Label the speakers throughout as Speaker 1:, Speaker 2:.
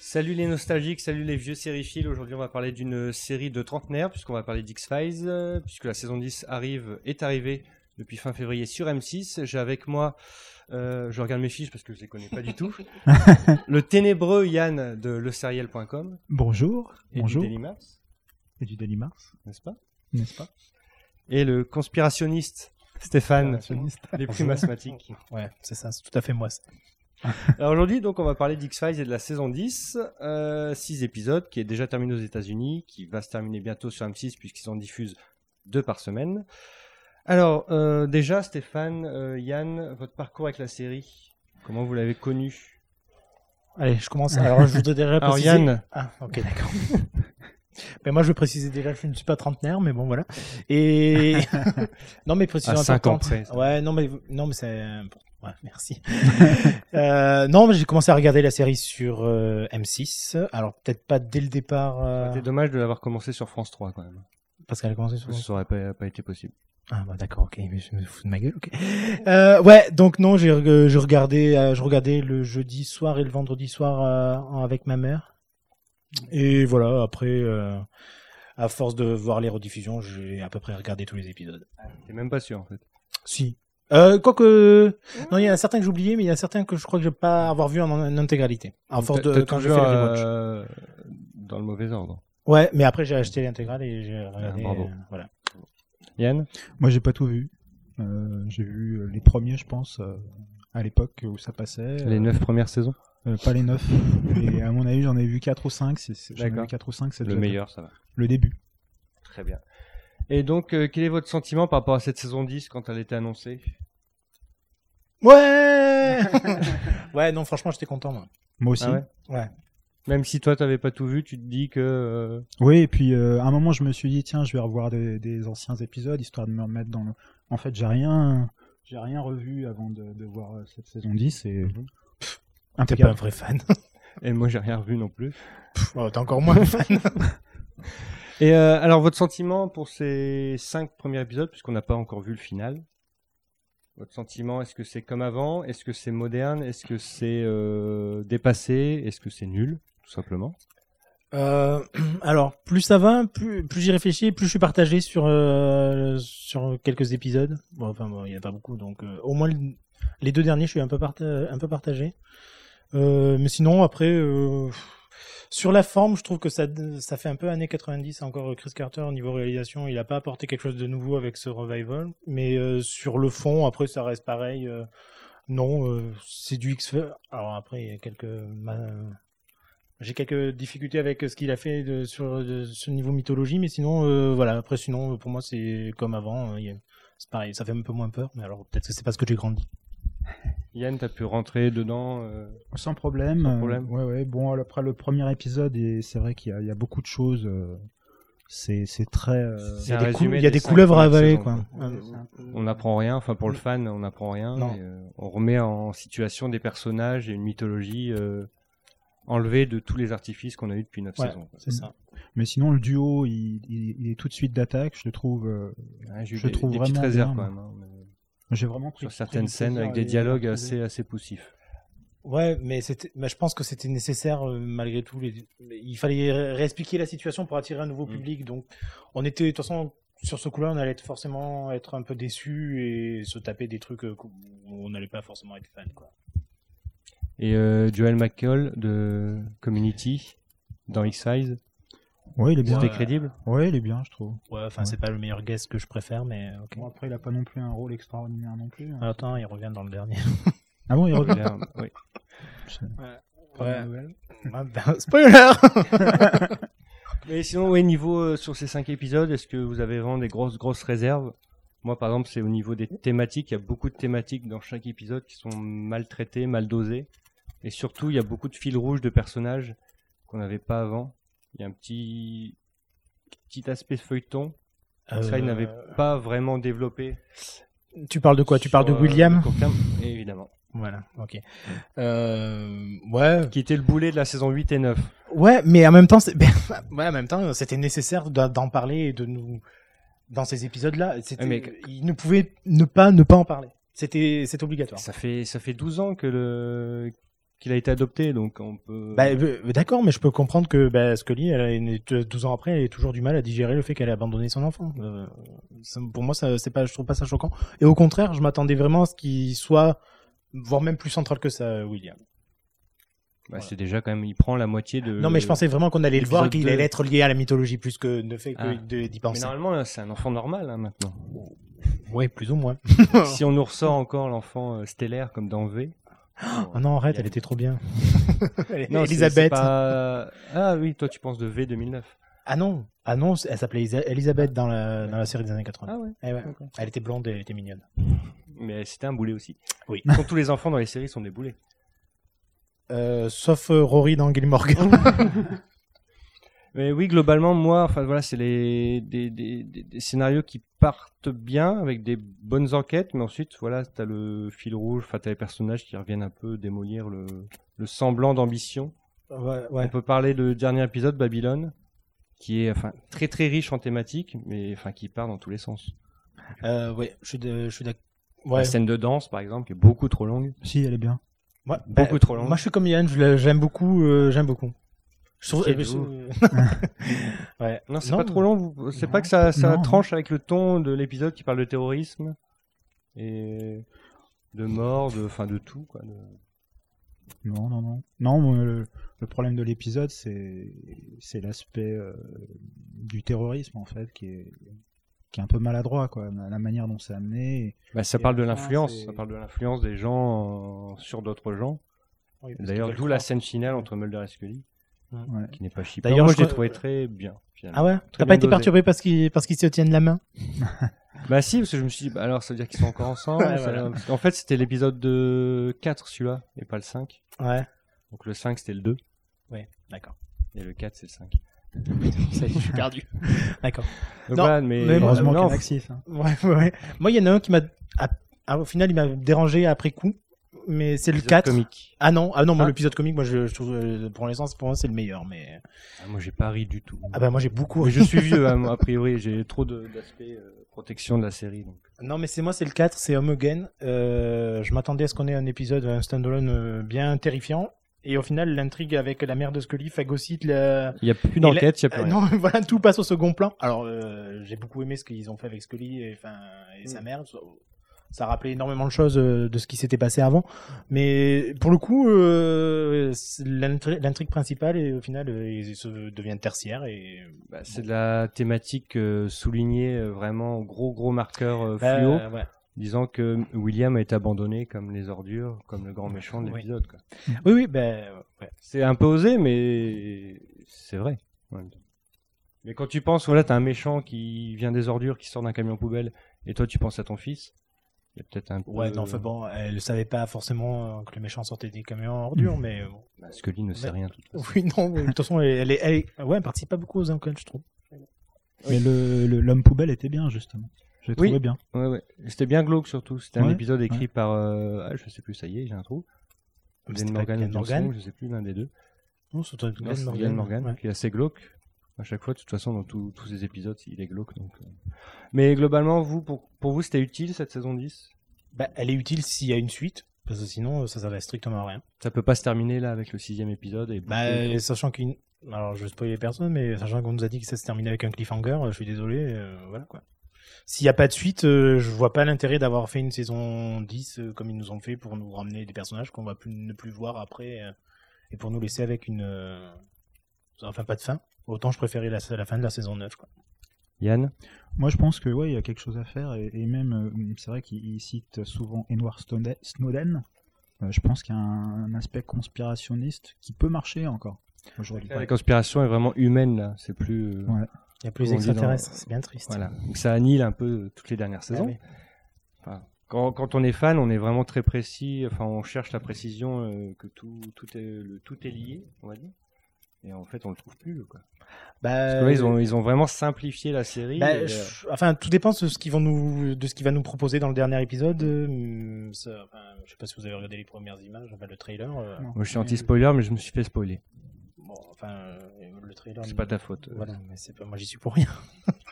Speaker 1: Salut les nostalgiques, salut les vieux sériphiles. Aujourd'hui, on va parler d'une série de trentenaire, puisqu'on va parler d'X-Files, euh, puisque la saison 10 arrive, est arrivée depuis fin février sur M6. J'ai avec moi, euh, je regarde mes fiches parce que je les connais pas du tout, le ténébreux Yann de leseriel.com
Speaker 2: Bonjour,
Speaker 1: et
Speaker 2: bonjour,
Speaker 1: du Daily Mars,
Speaker 2: et du Daily Mars,
Speaker 1: n'est-ce pas
Speaker 2: n'est-ce pas
Speaker 1: Et le conspirationniste Stéphane,
Speaker 2: Conspirationniste.
Speaker 1: les plumes asthmatiques.
Speaker 3: Ouais, c'est ça, c'est tout à fait moi. ça.
Speaker 1: Alors aujourd'hui, donc, on va parler d'X-Files et de la saison 10, 6 épisodes, qui est déjà terminé aux États-Unis, qui va se terminer bientôt sur M6, puisqu'ils en diffusent deux par semaine. Alors, euh, déjà, Stéphane, euh, Yann, votre parcours avec la série, comment vous l'avez connu
Speaker 3: Allez, je commence. Alors, je voudrais déjà
Speaker 1: Alors,
Speaker 3: préciser.
Speaker 1: Yann,
Speaker 3: Ah, ok, d'accord. mais moi, je veux préciser déjà, je ne suis pas trentenaire, mais bon, voilà. Et non, mais précision
Speaker 1: À cinq ans
Speaker 3: importante.
Speaker 1: près, ça.
Speaker 3: Ouais, non, mais non, mais c'est. bon, ouais, merci. euh, non, mais j'ai commencé à regarder la série sur euh, M6. Alors, peut-être pas dès le départ, euh,
Speaker 1: c'était dommage de l'avoir commencé sur France 3 quand même.
Speaker 3: parce qu'elle a commencé sur.
Speaker 1: Ça aurait pas, pas été possible.
Speaker 3: Ah bah d'accord, ok, mais je me fous de ma gueule, ok. Euh, ouais, donc non, j'ai reg- je regardais, euh, je regardais le jeudi soir et le vendredi soir euh, en- avec ma mère. Et voilà, après, euh, à force de voir les rediffusions, j'ai à peu près regardé tous les épisodes.
Speaker 1: T'es même pas sûr en fait.
Speaker 3: Si. Euh, Quoique, non, il y en a certains que j'ai oubliés, mais il y en a certains que je crois que je vais pas avoir vu en, en intégralité. À force de
Speaker 1: T'as
Speaker 3: quand j'ai fait
Speaker 1: toujours,
Speaker 3: le rewatch.
Speaker 1: euh, dans le mauvais ordre.
Speaker 3: Ouais, mais après j'ai acheté l'intégrale et j'ai regardé.
Speaker 1: bravo.
Speaker 3: euh, voilà.
Speaker 1: Yann
Speaker 2: Moi, j'ai pas tout vu. Euh, j'ai vu euh, les premiers, je pense, euh, à l'époque où ça passait.
Speaker 1: Les neuf premières saisons
Speaker 2: Euh, pas les neuf. et à mon avis, j'en ai vu quatre ou cinq. C'est, c'est- j'en ai
Speaker 1: D'accord.
Speaker 2: vu quatre ou cinq, c'est
Speaker 1: Le
Speaker 2: déjà-
Speaker 1: meilleur, ça va.
Speaker 2: Le début.
Speaker 1: Très bien. Et donc, euh, quel est votre sentiment par rapport à cette saison 10 quand elle était annoncée
Speaker 3: Ouais. ouais, non, franchement, j'étais content. Moi.
Speaker 2: Moi aussi.
Speaker 1: Ah ouais
Speaker 3: Ouais.
Speaker 1: Même si toi, t'avais pas tout vu, tu te dis que... euh,
Speaker 2: Oui, et puis euh, à un moment, je me suis dit, tiens, je vais revoir des, des anciens épisodes, histoire de me remettre dans le. En fait, j'ai rien, j'ai rien revu avant de, de voir euh, cette saison 10. Et...
Speaker 1: Mhm.
Speaker 2: Pff,
Speaker 3: T'es pas un
Speaker 2: impeccable.
Speaker 3: vrai fan.
Speaker 1: Et moi, j'ai rien revu non plus.
Speaker 3: Oh, T'es encore moins fan.
Speaker 1: Et euh, alors, votre sentiment pour ces cinq premiers épisodes, puisqu'on n'a pas encore vu le final votre sentiment, est-ce que c'est comme avant Est-ce que c'est moderne Est-ce que c'est euh, dépassé Est-ce que c'est nul, tout simplement
Speaker 3: Euh, alors, plus ça va, plus, plus j'y réfléchis, plus je suis partagé sur euh, sur quelques épisodes. Bon, enfin, bon, il n'y en a pas beaucoup, donc euh, au moins le- les deux derniers, je suis un peu parta- un peu partagé. Euh, mais sinon, après, euh, sur la forme, je trouve que ça ça fait un peu années 90. Encore euh, Chris Carter au niveau réalisation, il n'a pas apporté quelque chose de nouveau avec ce revival. Mais euh, sur le fond, après, ça reste pareil. euh, non, euh, c'est du X. Alors après, il y a quelques ma- j'ai quelques difficultés avec euh, ce qu'il a fait de- sur de- ce niveau mythologie, mais sinon, euh, voilà. Après, sinon, euh, pour moi, c'est comme avant. euh, il y a- c'est pareil, ça fait un peu moins peur, mais alors peut-être que c'est parce que j'ai grandi.
Speaker 1: Yann, t'as pu rentrer dedans euh,
Speaker 2: Sans problème.
Speaker 1: Sans
Speaker 2: euh,
Speaker 1: problème.
Speaker 2: ouais, ouais. Bon, après le premier épisode, et c'est vrai qu'il y a, il y a beaucoup de choses. euh, c'est, c'est très. euh,
Speaker 1: C'est
Speaker 3: Il y a
Speaker 1: un
Speaker 3: des, cou-
Speaker 1: résumé
Speaker 3: il y a
Speaker 1: des
Speaker 3: des
Speaker 1: cinq
Speaker 3: couleuvres à
Speaker 1: premières
Speaker 3: avaler,
Speaker 1: saisons,
Speaker 3: quoi.
Speaker 2: c'est
Speaker 3: Euh,
Speaker 2: un peu-
Speaker 1: On n'apprend rien, enfin pour le fan, on n'apprend rien.
Speaker 3: Non.
Speaker 1: et, euh, on remet en situation des personnages et une mythologie euh, enlevée de tous les artifices qu'on a eu depuis 9
Speaker 3: Ouais.
Speaker 1: saisons. quoi.
Speaker 3: C'est ça.
Speaker 2: Mais sinon, le duo, il, il- il est tout de suite d'attaque. Je le trouve. euh,
Speaker 1: Ouais, J'ai eu
Speaker 2: Je
Speaker 1: des,
Speaker 2: trouve
Speaker 1: des petites
Speaker 2: vraiment
Speaker 1: réserves
Speaker 2: bien,
Speaker 1: quand
Speaker 2: moi.
Speaker 1: même. hein, mais
Speaker 2: J'ai vraiment pris.
Speaker 1: Sur certaines
Speaker 2: pris du
Speaker 1: scènes
Speaker 2: plaisir
Speaker 1: avec
Speaker 2: à
Speaker 1: des
Speaker 2: les-
Speaker 1: dialogues
Speaker 2: à les
Speaker 1: assez, assez poussifs.
Speaker 3: Ouais, mais c'était, bah, je pense que c'était nécessaire euh, malgré tout. les- il fallait ré- réexpliquer la situation pour attirer un nouveau
Speaker 1: Mm.
Speaker 3: public. Donc, on était de toute façon sur ce coup-là, on allait être- forcément être un peu déçu et se taper des trucs euh, qu'on- où on n'allait pas forcément être fan, quoi.
Speaker 1: Et euh, Joel McCall de Community dans X-Files,
Speaker 2: trouver. Ouais, il est bien.
Speaker 1: c'était
Speaker 3: Ouais.
Speaker 1: crédible
Speaker 2: Ouais, il est bien, je trouve.
Speaker 3: Ouais, enfin,
Speaker 2: Ouais.
Speaker 3: c'est pas le meilleur guest que je préfère, mais euh, ok.
Speaker 2: Bon, après, il a pas non plus un rôle extraordinaire non plus. hein.
Speaker 3: Ah, Attends, il revient dans le dernier.
Speaker 2: Ah bon, il
Speaker 1: Je veux
Speaker 2: revient.
Speaker 1: dire, oui.
Speaker 3: Ouais.
Speaker 2: Ouais.
Speaker 3: Ah, ben, Spoiler
Speaker 1: Mais sinon, ouais, niveau euh, sur ces 5 épisodes, est-ce que vous avez vraiment des grosses, grosses réserves Moi, par exemple, c'est au niveau des thématiques. Il y a beaucoup de thématiques dans chaque épisode qui sont mal traitées, mal dosées. Et surtout, il y a beaucoup de fils rouges de personnages qu'on n'avait pas avant. Il y a un petit, petit aspect feuilleton.
Speaker 2: Euh,
Speaker 1: Ça, il n'avait pas vraiment développé.
Speaker 3: Euh, Tu parles de quoi Tu
Speaker 1: sur,
Speaker 3: parles de
Speaker 1: euh,
Speaker 3: William
Speaker 1: le court terme, Évidemment.
Speaker 3: Voilà, ok. Euh, ouais.
Speaker 1: Qui était le boulet de la saison 8 et 9.
Speaker 3: ouais, mais en même temps, c'est- ouais, en même temps, c'était nécessaire d'a- d'en parler et de nous dans ces épisodes-là. c'était-
Speaker 1: Ouais, mais-
Speaker 3: Il ne pouvait ne pas ne pas en parler. C'était c'est obligatoire.
Speaker 1: Ça fait, ça fait 12 ans que le qu'il a été adopté, donc on peut.
Speaker 3: Bah, euh, D'accord, mais je peux comprendre que bah, Scully, elle a une- 12 ans après, elle ait toujours du mal à digérer le fait qu'elle ait abandonné son enfant. Euh, ça- pour moi, ça, c'est pas, je trouve pas ça choquant. Et au contraire, je m'attendais vraiment à ce qu'il soit, voire même plus central que ça, euh, William.
Speaker 1: Bah, C'est déjà quand même, il prend la moitié de.
Speaker 3: euh, non, mais je pensais vraiment qu'on allait le voir,
Speaker 1: Euh, l'épisode
Speaker 3: qu'il allait
Speaker 1: deux.
Speaker 3: être lié à la mythologie plus que ne fait que
Speaker 1: Ah.
Speaker 3: de- d'y
Speaker 1: Mais
Speaker 3: penser.
Speaker 1: normalement, c'est un enfant normal hein, maintenant.
Speaker 3: Ouais, plus ou moins.
Speaker 1: si on nous ressort encore l'enfant euh, stellaire comme dans V.
Speaker 3: Ah non, arrête,
Speaker 1: Il y a-
Speaker 3: elle était trop bien. Elle-
Speaker 1: Non, c'est-
Speaker 3: Elisabeth.
Speaker 1: c'est pas- Ah oui, toi tu penses de V 2009.
Speaker 3: Ah non, ah non, elle s'appelait Isa- Elisabeth dans la, dans la série des années 80.
Speaker 1: Ah ouais.
Speaker 3: Eh ouais.
Speaker 1: d'accord.
Speaker 3: Elle était blonde et elle était mignonne.
Speaker 1: Mais c'était un boulet aussi.
Speaker 3: Oui.
Speaker 1: Comme tous les enfants dans les séries sont des boulets.
Speaker 3: Euh, sauf euh, Rory dans Gilmore Girls.
Speaker 1: Mais oui, globalement, moi, enfin voilà, c'est les des, des- des- des scénarios qui partent bien avec des bonnes enquêtes, mais ensuite, voilà, t'as le fil rouge, enfin t'as les personnages qui reviennent un peu démolir le, le semblant d'ambition.
Speaker 3: ouais,
Speaker 1: On peut parler de dernier épisode Babylone, qui est enfin très très riche en thématiques, mais enfin qui part dans tous les sens.
Speaker 3: Euh, ouais, je suis de- je suis d'accord. Ouais.
Speaker 1: La scène de danse, par exemple, qui est beaucoup trop longue.
Speaker 2: Si, elle est bien.
Speaker 3: Ouais, bah,
Speaker 1: Beaucoup trop longue.
Speaker 3: Moi, je suis comme Yann, je la- j'aime beaucoup, euh, j'aime beaucoup. Je trouve.
Speaker 1: C'est
Speaker 3: euh, je- ouais.
Speaker 1: Non, c'est pas trop long. vous- euh, C'est
Speaker 3: Non.
Speaker 1: pas que ça, ça
Speaker 2: Non.
Speaker 1: tranche avec le ton de l'épisode qui parle de terrorisme et de mort, de enfin de tout. Quoi. de-
Speaker 2: Non, non, non. Non, moi, le, le problème de l'épisode, c'est c'est l'aspect euh, du terrorisme, en fait, qui est, qui est un peu maladroit, quoi. La manière dont c'est amené. et-
Speaker 1: Bah, ça
Speaker 2: Et
Speaker 1: parle de
Speaker 2: enfin,
Speaker 1: l'influence.
Speaker 2: c'est-
Speaker 1: Ça parle de l'influence des gens euh, sur d'autres gens.
Speaker 3: Oui, parce
Speaker 1: D'ailleurs,
Speaker 3: qu'ils
Speaker 1: d'où
Speaker 3: veulent
Speaker 1: la
Speaker 3: croire.
Speaker 1: scène finale entre Mulder et Scully, euh,
Speaker 2: ouais.
Speaker 1: qui n'est pas chiant.
Speaker 3: D'ailleurs,
Speaker 1: D'ailleurs, moi,
Speaker 3: je
Speaker 1: je l'ai
Speaker 3: crois-
Speaker 1: trouvé très bien. Finalement.
Speaker 3: Ah ouais T'as
Speaker 1: Très
Speaker 3: pas
Speaker 1: bien
Speaker 3: été
Speaker 1: dosé.
Speaker 3: perturbé parce qu'ils parce qu'ils se tiennent la main
Speaker 1: Bah si, parce que je me suis dit, bah, alors ça veut dire qu'ils sont encore ensemble.
Speaker 3: Ouais,
Speaker 1: ça-
Speaker 3: voilà.
Speaker 1: parce qu'en fait, c'était l'épisode de 4 celui-là, et pas le 5.
Speaker 3: Ouais.
Speaker 1: Donc le 5 c'était le 2,
Speaker 3: Ouais, d'accord.
Speaker 1: et le 4 c'est le 5.
Speaker 3: Ça y est, je suis perdu. d'accord.
Speaker 1: Donc
Speaker 3: Non,
Speaker 1: voilà, mais, euh,
Speaker 3: mais
Speaker 2: Heureusement
Speaker 1: non,
Speaker 2: qu'il y a Maxif. hein.
Speaker 3: Ouais, ouais, ouais. Moi, il y en a un qui m'a. ah, ah, au final, il m'a dérangé après coup, mais c'est le
Speaker 1: épisode
Speaker 3: 4.
Speaker 1: comique.
Speaker 3: Ah non, ah non, moi,
Speaker 1: Ah.
Speaker 3: l'épisode comique, moi, je, je trouve, euh, pour l'essence, pour moi, c'est le meilleur, mais.
Speaker 1: Ah, moi, j'ai pas ri du tout.
Speaker 3: Ah bah, moi, j'ai beaucoup.
Speaker 1: Mais je suis vieux, hein, moi, a priori, j'ai trop de- d'aspects euh, protection de la série. Donc. euh.
Speaker 3: Non, mais c'est moi, c'est le 4, c'est Home Again. Euh, je m'attendais à ce qu'on ait un épisode, un standalone euh, bien terrifiant. Et au final, l'intrigue avec la mère de Scully phagocyte la.
Speaker 1: Il n'y a plus
Speaker 3: d'enquête,
Speaker 1: d'enquête, il n'y a
Speaker 3: Euh,
Speaker 1: plus rien.
Speaker 3: non, voilà, tout passe au second plan. Alors, euh, j'ai beaucoup aimé ce qu'ils ont fait avec Scully et, enfin, et sa mère. Ça- Ça rappelait énormément de choses euh, de ce qui s'était passé avant. Mais pour le coup, euh, c'est l'intri- l'intrigue principale, et au final, euh, il se devient tertiaire. Et...
Speaker 1: Bah, c'est de la thématique euh, soulignée euh, vraiment au gros, gros marqueur euh,
Speaker 3: Bah,
Speaker 1: fluo,
Speaker 3: ouais.
Speaker 1: disant que William est abandonné comme les ordures, comme le grand méchant de
Speaker 3: Oui.
Speaker 1: l'épisode. quoi.
Speaker 3: Oui, oui, ben. ouais.
Speaker 1: C'est un peu osé, mais c'est vrai. en même temps. Mais quand tu penses, voilà, t'as un méchant qui vient des ordures, qui sort d'un camion poubelle, et toi tu penses à ton fils, il y a peut-être un peu.
Speaker 3: Ouais, non, enfin bon, elle savait pas forcément euh, que le méchant sortait des camions à ordures, mais euh, bon.
Speaker 1: Bah, Scully ne sait
Speaker 3: Mais-
Speaker 1: rien. de toute façon.
Speaker 3: Mm. oui, non, mais de toute façon, elle, elle, est- elle est- ouais, elle participe pas beaucoup aux enquêtes, je trouve.
Speaker 2: Mais le- le- l'homme poubelle était bien, justement. J'ai
Speaker 1: Oui.
Speaker 2: trouvé bien.
Speaker 1: Ouais, ouais. C'était bien glauque surtout. C'était un
Speaker 2: Ouais,
Speaker 1: épisode écrit par. euh, ah, je sais plus, ça y est, j'ai un trou.
Speaker 3: Mais
Speaker 1: Glenn
Speaker 3: c'était pas
Speaker 1: Morgan,
Speaker 3: Glenn
Speaker 1: ou Johnson,
Speaker 3: Morgan
Speaker 1: je sais plus, l'un des deux.
Speaker 3: Non, c'est Glenn
Speaker 1: Non, c'est
Speaker 3: Morgan.
Speaker 1: Glenn Morgan,
Speaker 3: ouais.
Speaker 1: qui est assez glauque. À chaque fois, de toute façon, dans tous tous ces épisodes, il est glauque. Donc, euh. Mais globalement, vous, pour, pour vous, c'était utile cette saison 10
Speaker 3: Bah, elle est utile s'il y a une suite, parce que sinon, euh, ça servait strictement à rien.
Speaker 1: Ça peut pas se terminer là avec le sixième épisode. Et
Speaker 3: Bah, euh, sachant qu'une. Alors, je spoilais personne, mais sachant qu'on nous a dit que ça se terminait avec un cliffhanger, euh, je suis désolé, euh, voilà quoi. S'il n'y a pas de suite, euh, je vois pas l'intérêt d'avoir fait une saison 10 euh, comme ils nous ont fait pour nous ramener des personnages qu'on va plus, ne plus voir après euh, et pour nous laisser avec une. euh, Enfin, pas de fin. Autant je préférais la, la fin de la saison 9. Quoi.
Speaker 1: Yann
Speaker 2: Moi, je pense que ouais, il y a quelque chose à faire, et, et même, euh, c'est vrai qu'il il cite souvent Edward Snowden. Snowden. Euh, je pense qu'il y a un, un aspect conspirationniste qui peut marcher encore aujourd'hui.
Speaker 1: La conspiration est vraiment humaine là. C'est plus. euh,
Speaker 2: Ouais.
Speaker 3: Il y a plus
Speaker 1: Bon, dis donc.
Speaker 3: d'extraterrestres, c'est bien triste.
Speaker 1: Voilà. Donc ça annihile un peu euh, toutes les dernières
Speaker 3: Ah
Speaker 1: saisons.
Speaker 3: oui.
Speaker 1: Enfin, quand, quand on est fan, on est vraiment très précis. Enfin, on cherche la précision euh, que tout, tout est le tout est lié, on va dire. Et en fait, on le trouve plus. Quoi. Parce que là, ils ont ils ont vraiment simplifié la série.
Speaker 3: Bah,
Speaker 1: et, euh,
Speaker 3: je- Enfin, tout dépend de ce qu'ils vont nous, de ce qu'il va nous proposer dans le dernier épisode. euh, ça- enfin, je sais pas si vous avez regardé les premières images, enfin, le trailer. euh,
Speaker 2: Non.
Speaker 1: Moi, je suis anti spoiler, mais je me suis fait spoiler.
Speaker 3: bon, enfin, euh, le trailer.
Speaker 1: C'est pas ta faute. euh.
Speaker 3: Voilà, mais c'est pas moi, j'y suis pour rien.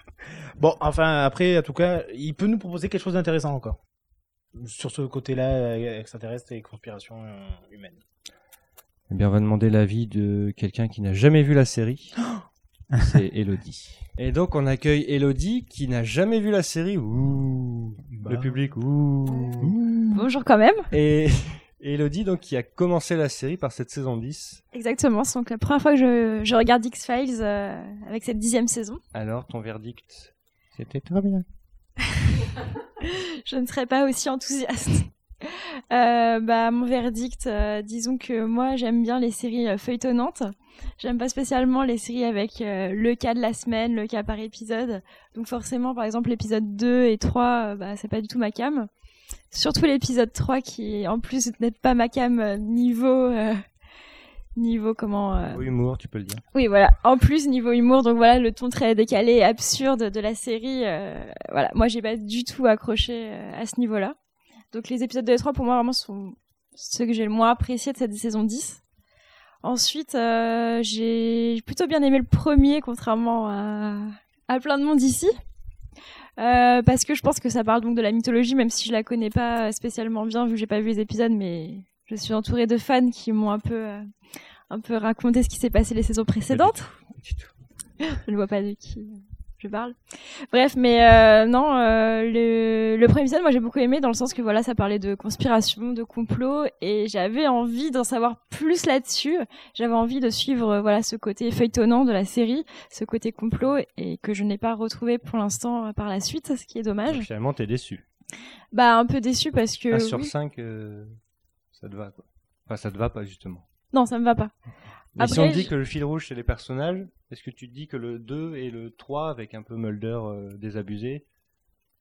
Speaker 3: bon, enfin, après, en tout cas, il peut nous proposer quelque chose d'intéressant encore sur ce côté-là euh, extraterrestre et conspiration euh, humaine.
Speaker 1: Eh bien, on va demander l'avis de quelqu'un qui n'a jamais vu la série. C'est Elodie. Et donc, on accueille Elodie qui n'a jamais vu la série. Ouh.
Speaker 2: Bah.
Speaker 1: Le public, ouh.
Speaker 4: Bonjour quand même.
Speaker 1: Et Elodie, donc, qui a commencé la série par cette saison 10.
Speaker 4: Exactement, c'est donc la première fois que je, je regarde X-Files euh, avec cette dixième saison.
Speaker 1: Alors, ton verdict
Speaker 2: C'était très bien.
Speaker 4: Je ne serais pas aussi enthousiaste. Euh, bah, mon verdict, euh, disons que moi j'aime bien les séries euh, feuilletonnantes. J'aime pas spécialement les séries avec euh, le cas de la semaine, le cas par épisode. Donc forcément, par exemple, l'épisode 2 et 3, euh, bah, c'est pas du tout ma cam. Surtout l'épisode 3 qui, en plus, n'est pas ma cam euh, niveau... euh, niveau comment... euh,
Speaker 1: Oui, humour, tu peux le dire.
Speaker 4: Oui, voilà. En plus, niveau humour, donc voilà, le ton très décalé et absurde de la série, euh, voilà. Moi, j'ai pas du tout accroché euh, à ce niveau-là. Donc, les épisodes 2 et 3, pour moi, vraiment, sont ceux que j'ai le moins apprécié de cette saison 10. Ensuite, euh, j'ai plutôt bien aimé le premier, contrairement à, à plein de monde ici. Euh, parce que je pense que ça parle donc de la mythologie, même si je la connais pas euh, spécialement bien, vu que j'ai pas vu les épisodes, mais je suis entourée de fans qui m'ont un peu, euh, un peu raconté ce qui s'est passé les saisons précédentes.
Speaker 1: Du tout.
Speaker 4: Je ne vois pas de qui euh, je parle. Bref, mais euh, non, euh, le, le premier épisode, moi j'ai beaucoup aimé dans le sens que voilà, ça parlait de conspiration, de complot, et j'avais envie d'en savoir plus là-dessus. J'avais envie de suivre euh, voilà ce côté feuilletonnant de la série, ce côté complot, et que je n'ai pas retrouvé pour l'instant euh, par la suite, ce qui est
Speaker 1: Donc,
Speaker 4: dommage.
Speaker 1: finalement, t'es déçu.
Speaker 4: Bah un peu déçu parce que
Speaker 1: 1 Ah, sur
Speaker 4: oui.
Speaker 1: 5, ça te va, quoi. Enfin, ça te va pas, justement.
Speaker 4: non, ça me va pas.
Speaker 1: Mais si
Speaker 4: Après,
Speaker 1: on dit
Speaker 4: je-
Speaker 1: que le fil rouge, c'est les personnages, est-ce que tu te dis que le 2 et le 3, avec un peu Mulder euh, désabusé,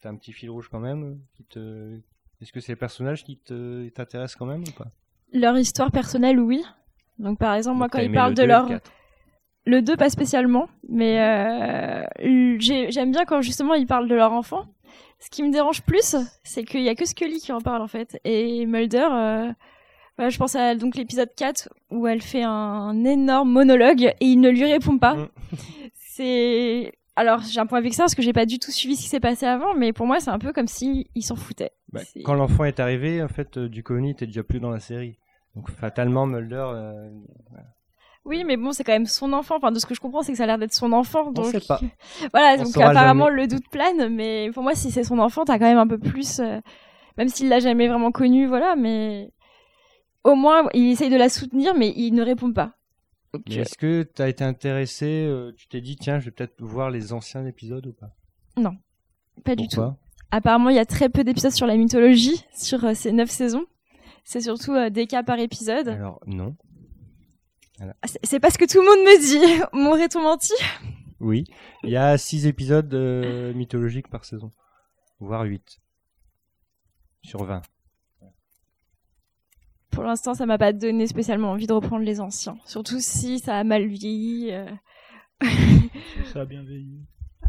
Speaker 1: t'as un petit fil rouge quand même euh, qui te... Est-ce que c'est les personnages qui te- t'intéressent quand même ou pas
Speaker 4: Leur histoire personnelle, oui. Donc par exemple, moi
Speaker 1: Donc,
Speaker 4: quand
Speaker 1: t'as
Speaker 4: ils
Speaker 1: aimé
Speaker 4: parlent
Speaker 1: le
Speaker 4: de
Speaker 1: 2 et le
Speaker 4: leur
Speaker 1: 4.
Speaker 4: Le 2 pas spécialement, mais euh, j'ai- j'aime bien quand justement ils parlent de leur enfant. Ce qui me dérange plus, c'est qu'il y a que Scully qui en parle en fait. Et Mulder, euh, voilà, je pense à donc l'épisode 4 où elle fait un, énorme monologue et il ne lui répond pas.
Speaker 1: Mm.
Speaker 4: c'est alors j'ai un point avec ça parce que j'ai pas du tout suivi ce qui s'est passé avant, mais pour moi c'est un peu comme si ils s'en foutaient.
Speaker 1: Bah,
Speaker 4: C'est-
Speaker 1: quand l'enfant est arrivé, en fait, euh, Duchovny t'es déjà plus dans la série. Donc fatalement, Mulder, euh,
Speaker 4: Oui, mais bon, c'est quand même son enfant. Enfin, de ce que je comprends, c'est que ça a l'air d'être son enfant. Donc...
Speaker 1: sait pas.
Speaker 4: voilà,
Speaker 1: On
Speaker 4: donc
Speaker 1: saura
Speaker 4: apparemment le doute plane, mais pour moi, si c'est son enfant, t'as quand même un peu plus. euh, même s'il l'a jamais vraiment connu, voilà, mais. Au moins, il essaye de la soutenir, mais il ne répond pas. Donc,
Speaker 1: mais
Speaker 4: euh,
Speaker 1: est-ce que t'as été intéressé euh, Tu t'es dit, tiens, je vais peut-être voir les anciens épisodes ou pas
Speaker 4: pas du tout.
Speaker 1: Pourquoi
Speaker 4: Apparemment, il y a très peu d'épisodes sur la mythologie, sur euh, ces neuf saisons. C'est surtout euh, des cas par épisode.
Speaker 1: Alors, non.
Speaker 4: Ah, c'est- C'est pas ce que tout le monde me dit. M'aurait-on menti
Speaker 1: Oui. Il y a 6 épisodes
Speaker 4: Ah.
Speaker 1: euh, mythologiques par saison, voire 8. Sur 20.
Speaker 4: Pour l'instant, ça m'a pas donné spécialement envie de reprendre les anciens. Surtout si ça a mal vieilli. euh,
Speaker 2: Ça a bien vieilli.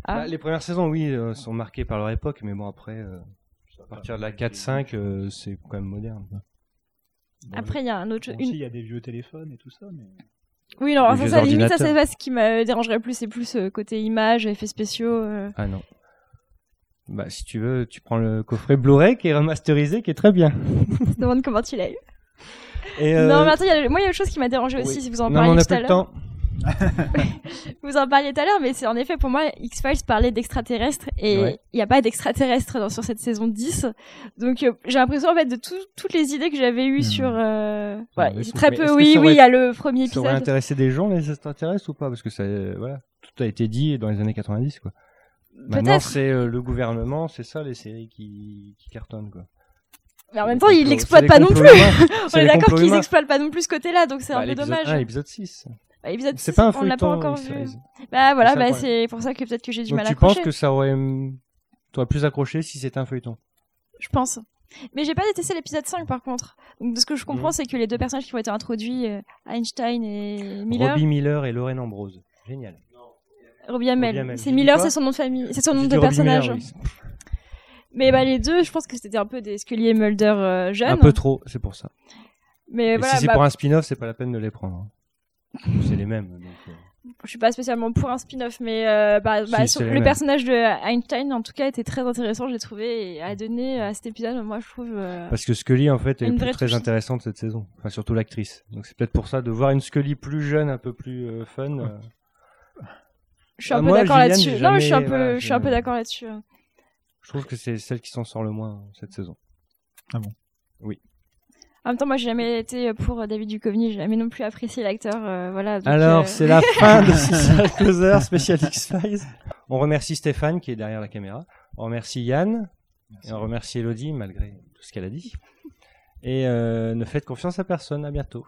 Speaker 4: Ah.
Speaker 1: Bah, les premières saisons, oui, euh, sont marquées par leur époque, mais bon, après, euh, à partir de la 4-5, euh, c'est quand même moderne. quoi.
Speaker 4: Après, il y a un autre,
Speaker 2: Bon,
Speaker 4: une,
Speaker 2: si, il y a des vieux téléphones et tout ça, mais
Speaker 4: Oui, non,
Speaker 1: Les
Speaker 4: ça,
Speaker 1: vieux
Speaker 4: ça, à la limite, ça, c'est
Speaker 1: ordinateurs.
Speaker 4: pas ce qui me dérangerait le plus, c'est plus euh, côté images, effets spéciaux. euh.
Speaker 1: Ah non. Bah, si tu veux, tu prends le coffret Blu-ray qui est remasterisé, qui est très bien.
Speaker 4: Je me demande comment tu l'as eu.
Speaker 1: Et, euh,
Speaker 4: Non, mais attends, il y a le- moi, il y a autre chose qui m'a dérangé
Speaker 1: oui.
Speaker 4: aussi, si vous en
Speaker 1: Non, mais
Speaker 4: parliez
Speaker 1: on n'a
Speaker 4: tout à
Speaker 1: plus le
Speaker 4: l'heure.
Speaker 1: temps.
Speaker 4: Vous en parliez tout à l'heure, mais c'est en effet, pour moi, X-Files parlait d'extraterrestres, et il
Speaker 1: Ouais.
Speaker 4: n'y a pas d'extraterrestres dans- sur cette saison 10. Donc, euh, j'ai l'impression, en fait, de tout- toutes les idées que j'avais eues
Speaker 2: Hmm.
Speaker 4: sur. euh, voilà,
Speaker 1: mais est-ce-
Speaker 4: très
Speaker 1: mais
Speaker 4: peu,
Speaker 1: est-ce que
Speaker 4: oui,
Speaker 1: ça
Speaker 4: oui,
Speaker 1: aurait-
Speaker 4: il y a le premier
Speaker 1: Ça aurait
Speaker 4: épisode.
Speaker 1: intéressé des gens, les extraterrestres, ou pas Parce que ça, euh, voilà, tout a été dit dans les années 90, quoi. Maintenant,
Speaker 4: Peut-être.
Speaker 1: c'est euh, le gouvernement, c'est ça les séries qui, qui cartonnent, quoi.
Speaker 4: Mais en même temps, ils l'exploitent
Speaker 1: l'exploitent
Speaker 4: pas non plus. hein. On
Speaker 1: On
Speaker 4: est d'accord qu'ils exploitent pas non plus ce côté-là, donc c'est un peu dommage.
Speaker 1: Ah, épisode 6.
Speaker 4: Bah, épisode
Speaker 1: C'est
Speaker 4: six,
Speaker 1: pas un
Speaker 4: on l'a pas
Speaker 1: feuilleton.
Speaker 4: encore
Speaker 1: X-Files.
Speaker 4: vu. Bah
Speaker 1: C'est ça le
Speaker 4: voilà, bah,
Speaker 1: problème.
Speaker 4: c'est pour ça que peut-être que j'ai du
Speaker 1: Donc
Speaker 4: mal à
Speaker 1: tu penses
Speaker 4: accrocher.
Speaker 1: que ça aurait, hum, t'aurais plus accroché si c'était un feuilleton
Speaker 4: je pense. Mais j'ai pas détesté l'épisode 5 par contre. Donc de ce que je comprends,
Speaker 1: Mhm.
Speaker 4: c'est que les deux personnages qui ont été introduits, euh, Einstein et Miller,
Speaker 1: Robbie Miller et Lorraine Ambrose. Génial.
Speaker 4: Robbie Hamel.
Speaker 1: Robbie Hamel. J'ai
Speaker 4: C'est
Speaker 1: dit
Speaker 4: Miller,
Speaker 1: quoi
Speaker 4: c'est son nom de famille, c'est son
Speaker 1: J'ai
Speaker 4: nom
Speaker 1: dit
Speaker 4: de
Speaker 1: Robbie
Speaker 4: personnage.
Speaker 1: Miller, oui.
Speaker 4: Mais bah les deux, je pense que c'était un peu des Scully et Mulder euh, jeunes.
Speaker 1: Un peu trop, c'est pour ça.
Speaker 4: Mais
Speaker 1: Et
Speaker 4: voilà,
Speaker 1: si c'est
Speaker 4: bah,
Speaker 1: pour un spin-off, c'est pas la peine de les prendre. hein. c'est les mêmes. donc, euh.
Speaker 4: je suis pas spécialement pour un spin-off, mais euh, bah, bah,
Speaker 1: Si,
Speaker 4: sur-
Speaker 1: c'est la
Speaker 4: le
Speaker 1: même.
Speaker 4: personnage de Einstein, en tout cas, était très intéressant, j'ai trouvé, et a donné à cet épisode, moi, je trouve. euh,
Speaker 1: Parce que Scully, en fait, est
Speaker 4: Une
Speaker 1: plus
Speaker 4: vraie
Speaker 1: très
Speaker 4: touche.
Speaker 1: intéressante cette saison. Enfin, surtout l'actrice. Donc, c'est peut-être pour ça de voir une Scully plus jeune, un peu plus euh, fun. euh,
Speaker 4: je suis un
Speaker 1: bah,
Speaker 4: peu
Speaker 1: moi,
Speaker 4: d'accord
Speaker 1: Gillian,
Speaker 4: là-dessus.
Speaker 1: j'ai
Speaker 4: Non, mais je suis un
Speaker 1: jamais-
Speaker 4: peu,
Speaker 1: voilà,
Speaker 4: je suis un peu
Speaker 1: je-
Speaker 4: d'accord là-dessus. hein.
Speaker 1: je trouve que c'est celle qui s'en sort le moins euh, cette saison.
Speaker 4: En même temps, moi, j'ai jamais été pour euh, David Duchovny, j'ai jamais non plus apprécié l'acteur, euh, voilà. donc,
Speaker 1: Alors,
Speaker 4: euh,
Speaker 1: c'est la fin de Serial Closer Special X-Files. On remercie Stéphane qui est derrière la caméra. On remercie Yann. Et on remercie Elodie malgré tout ce qu'elle a dit. Et euh, ne faites confiance à personne. À bientôt.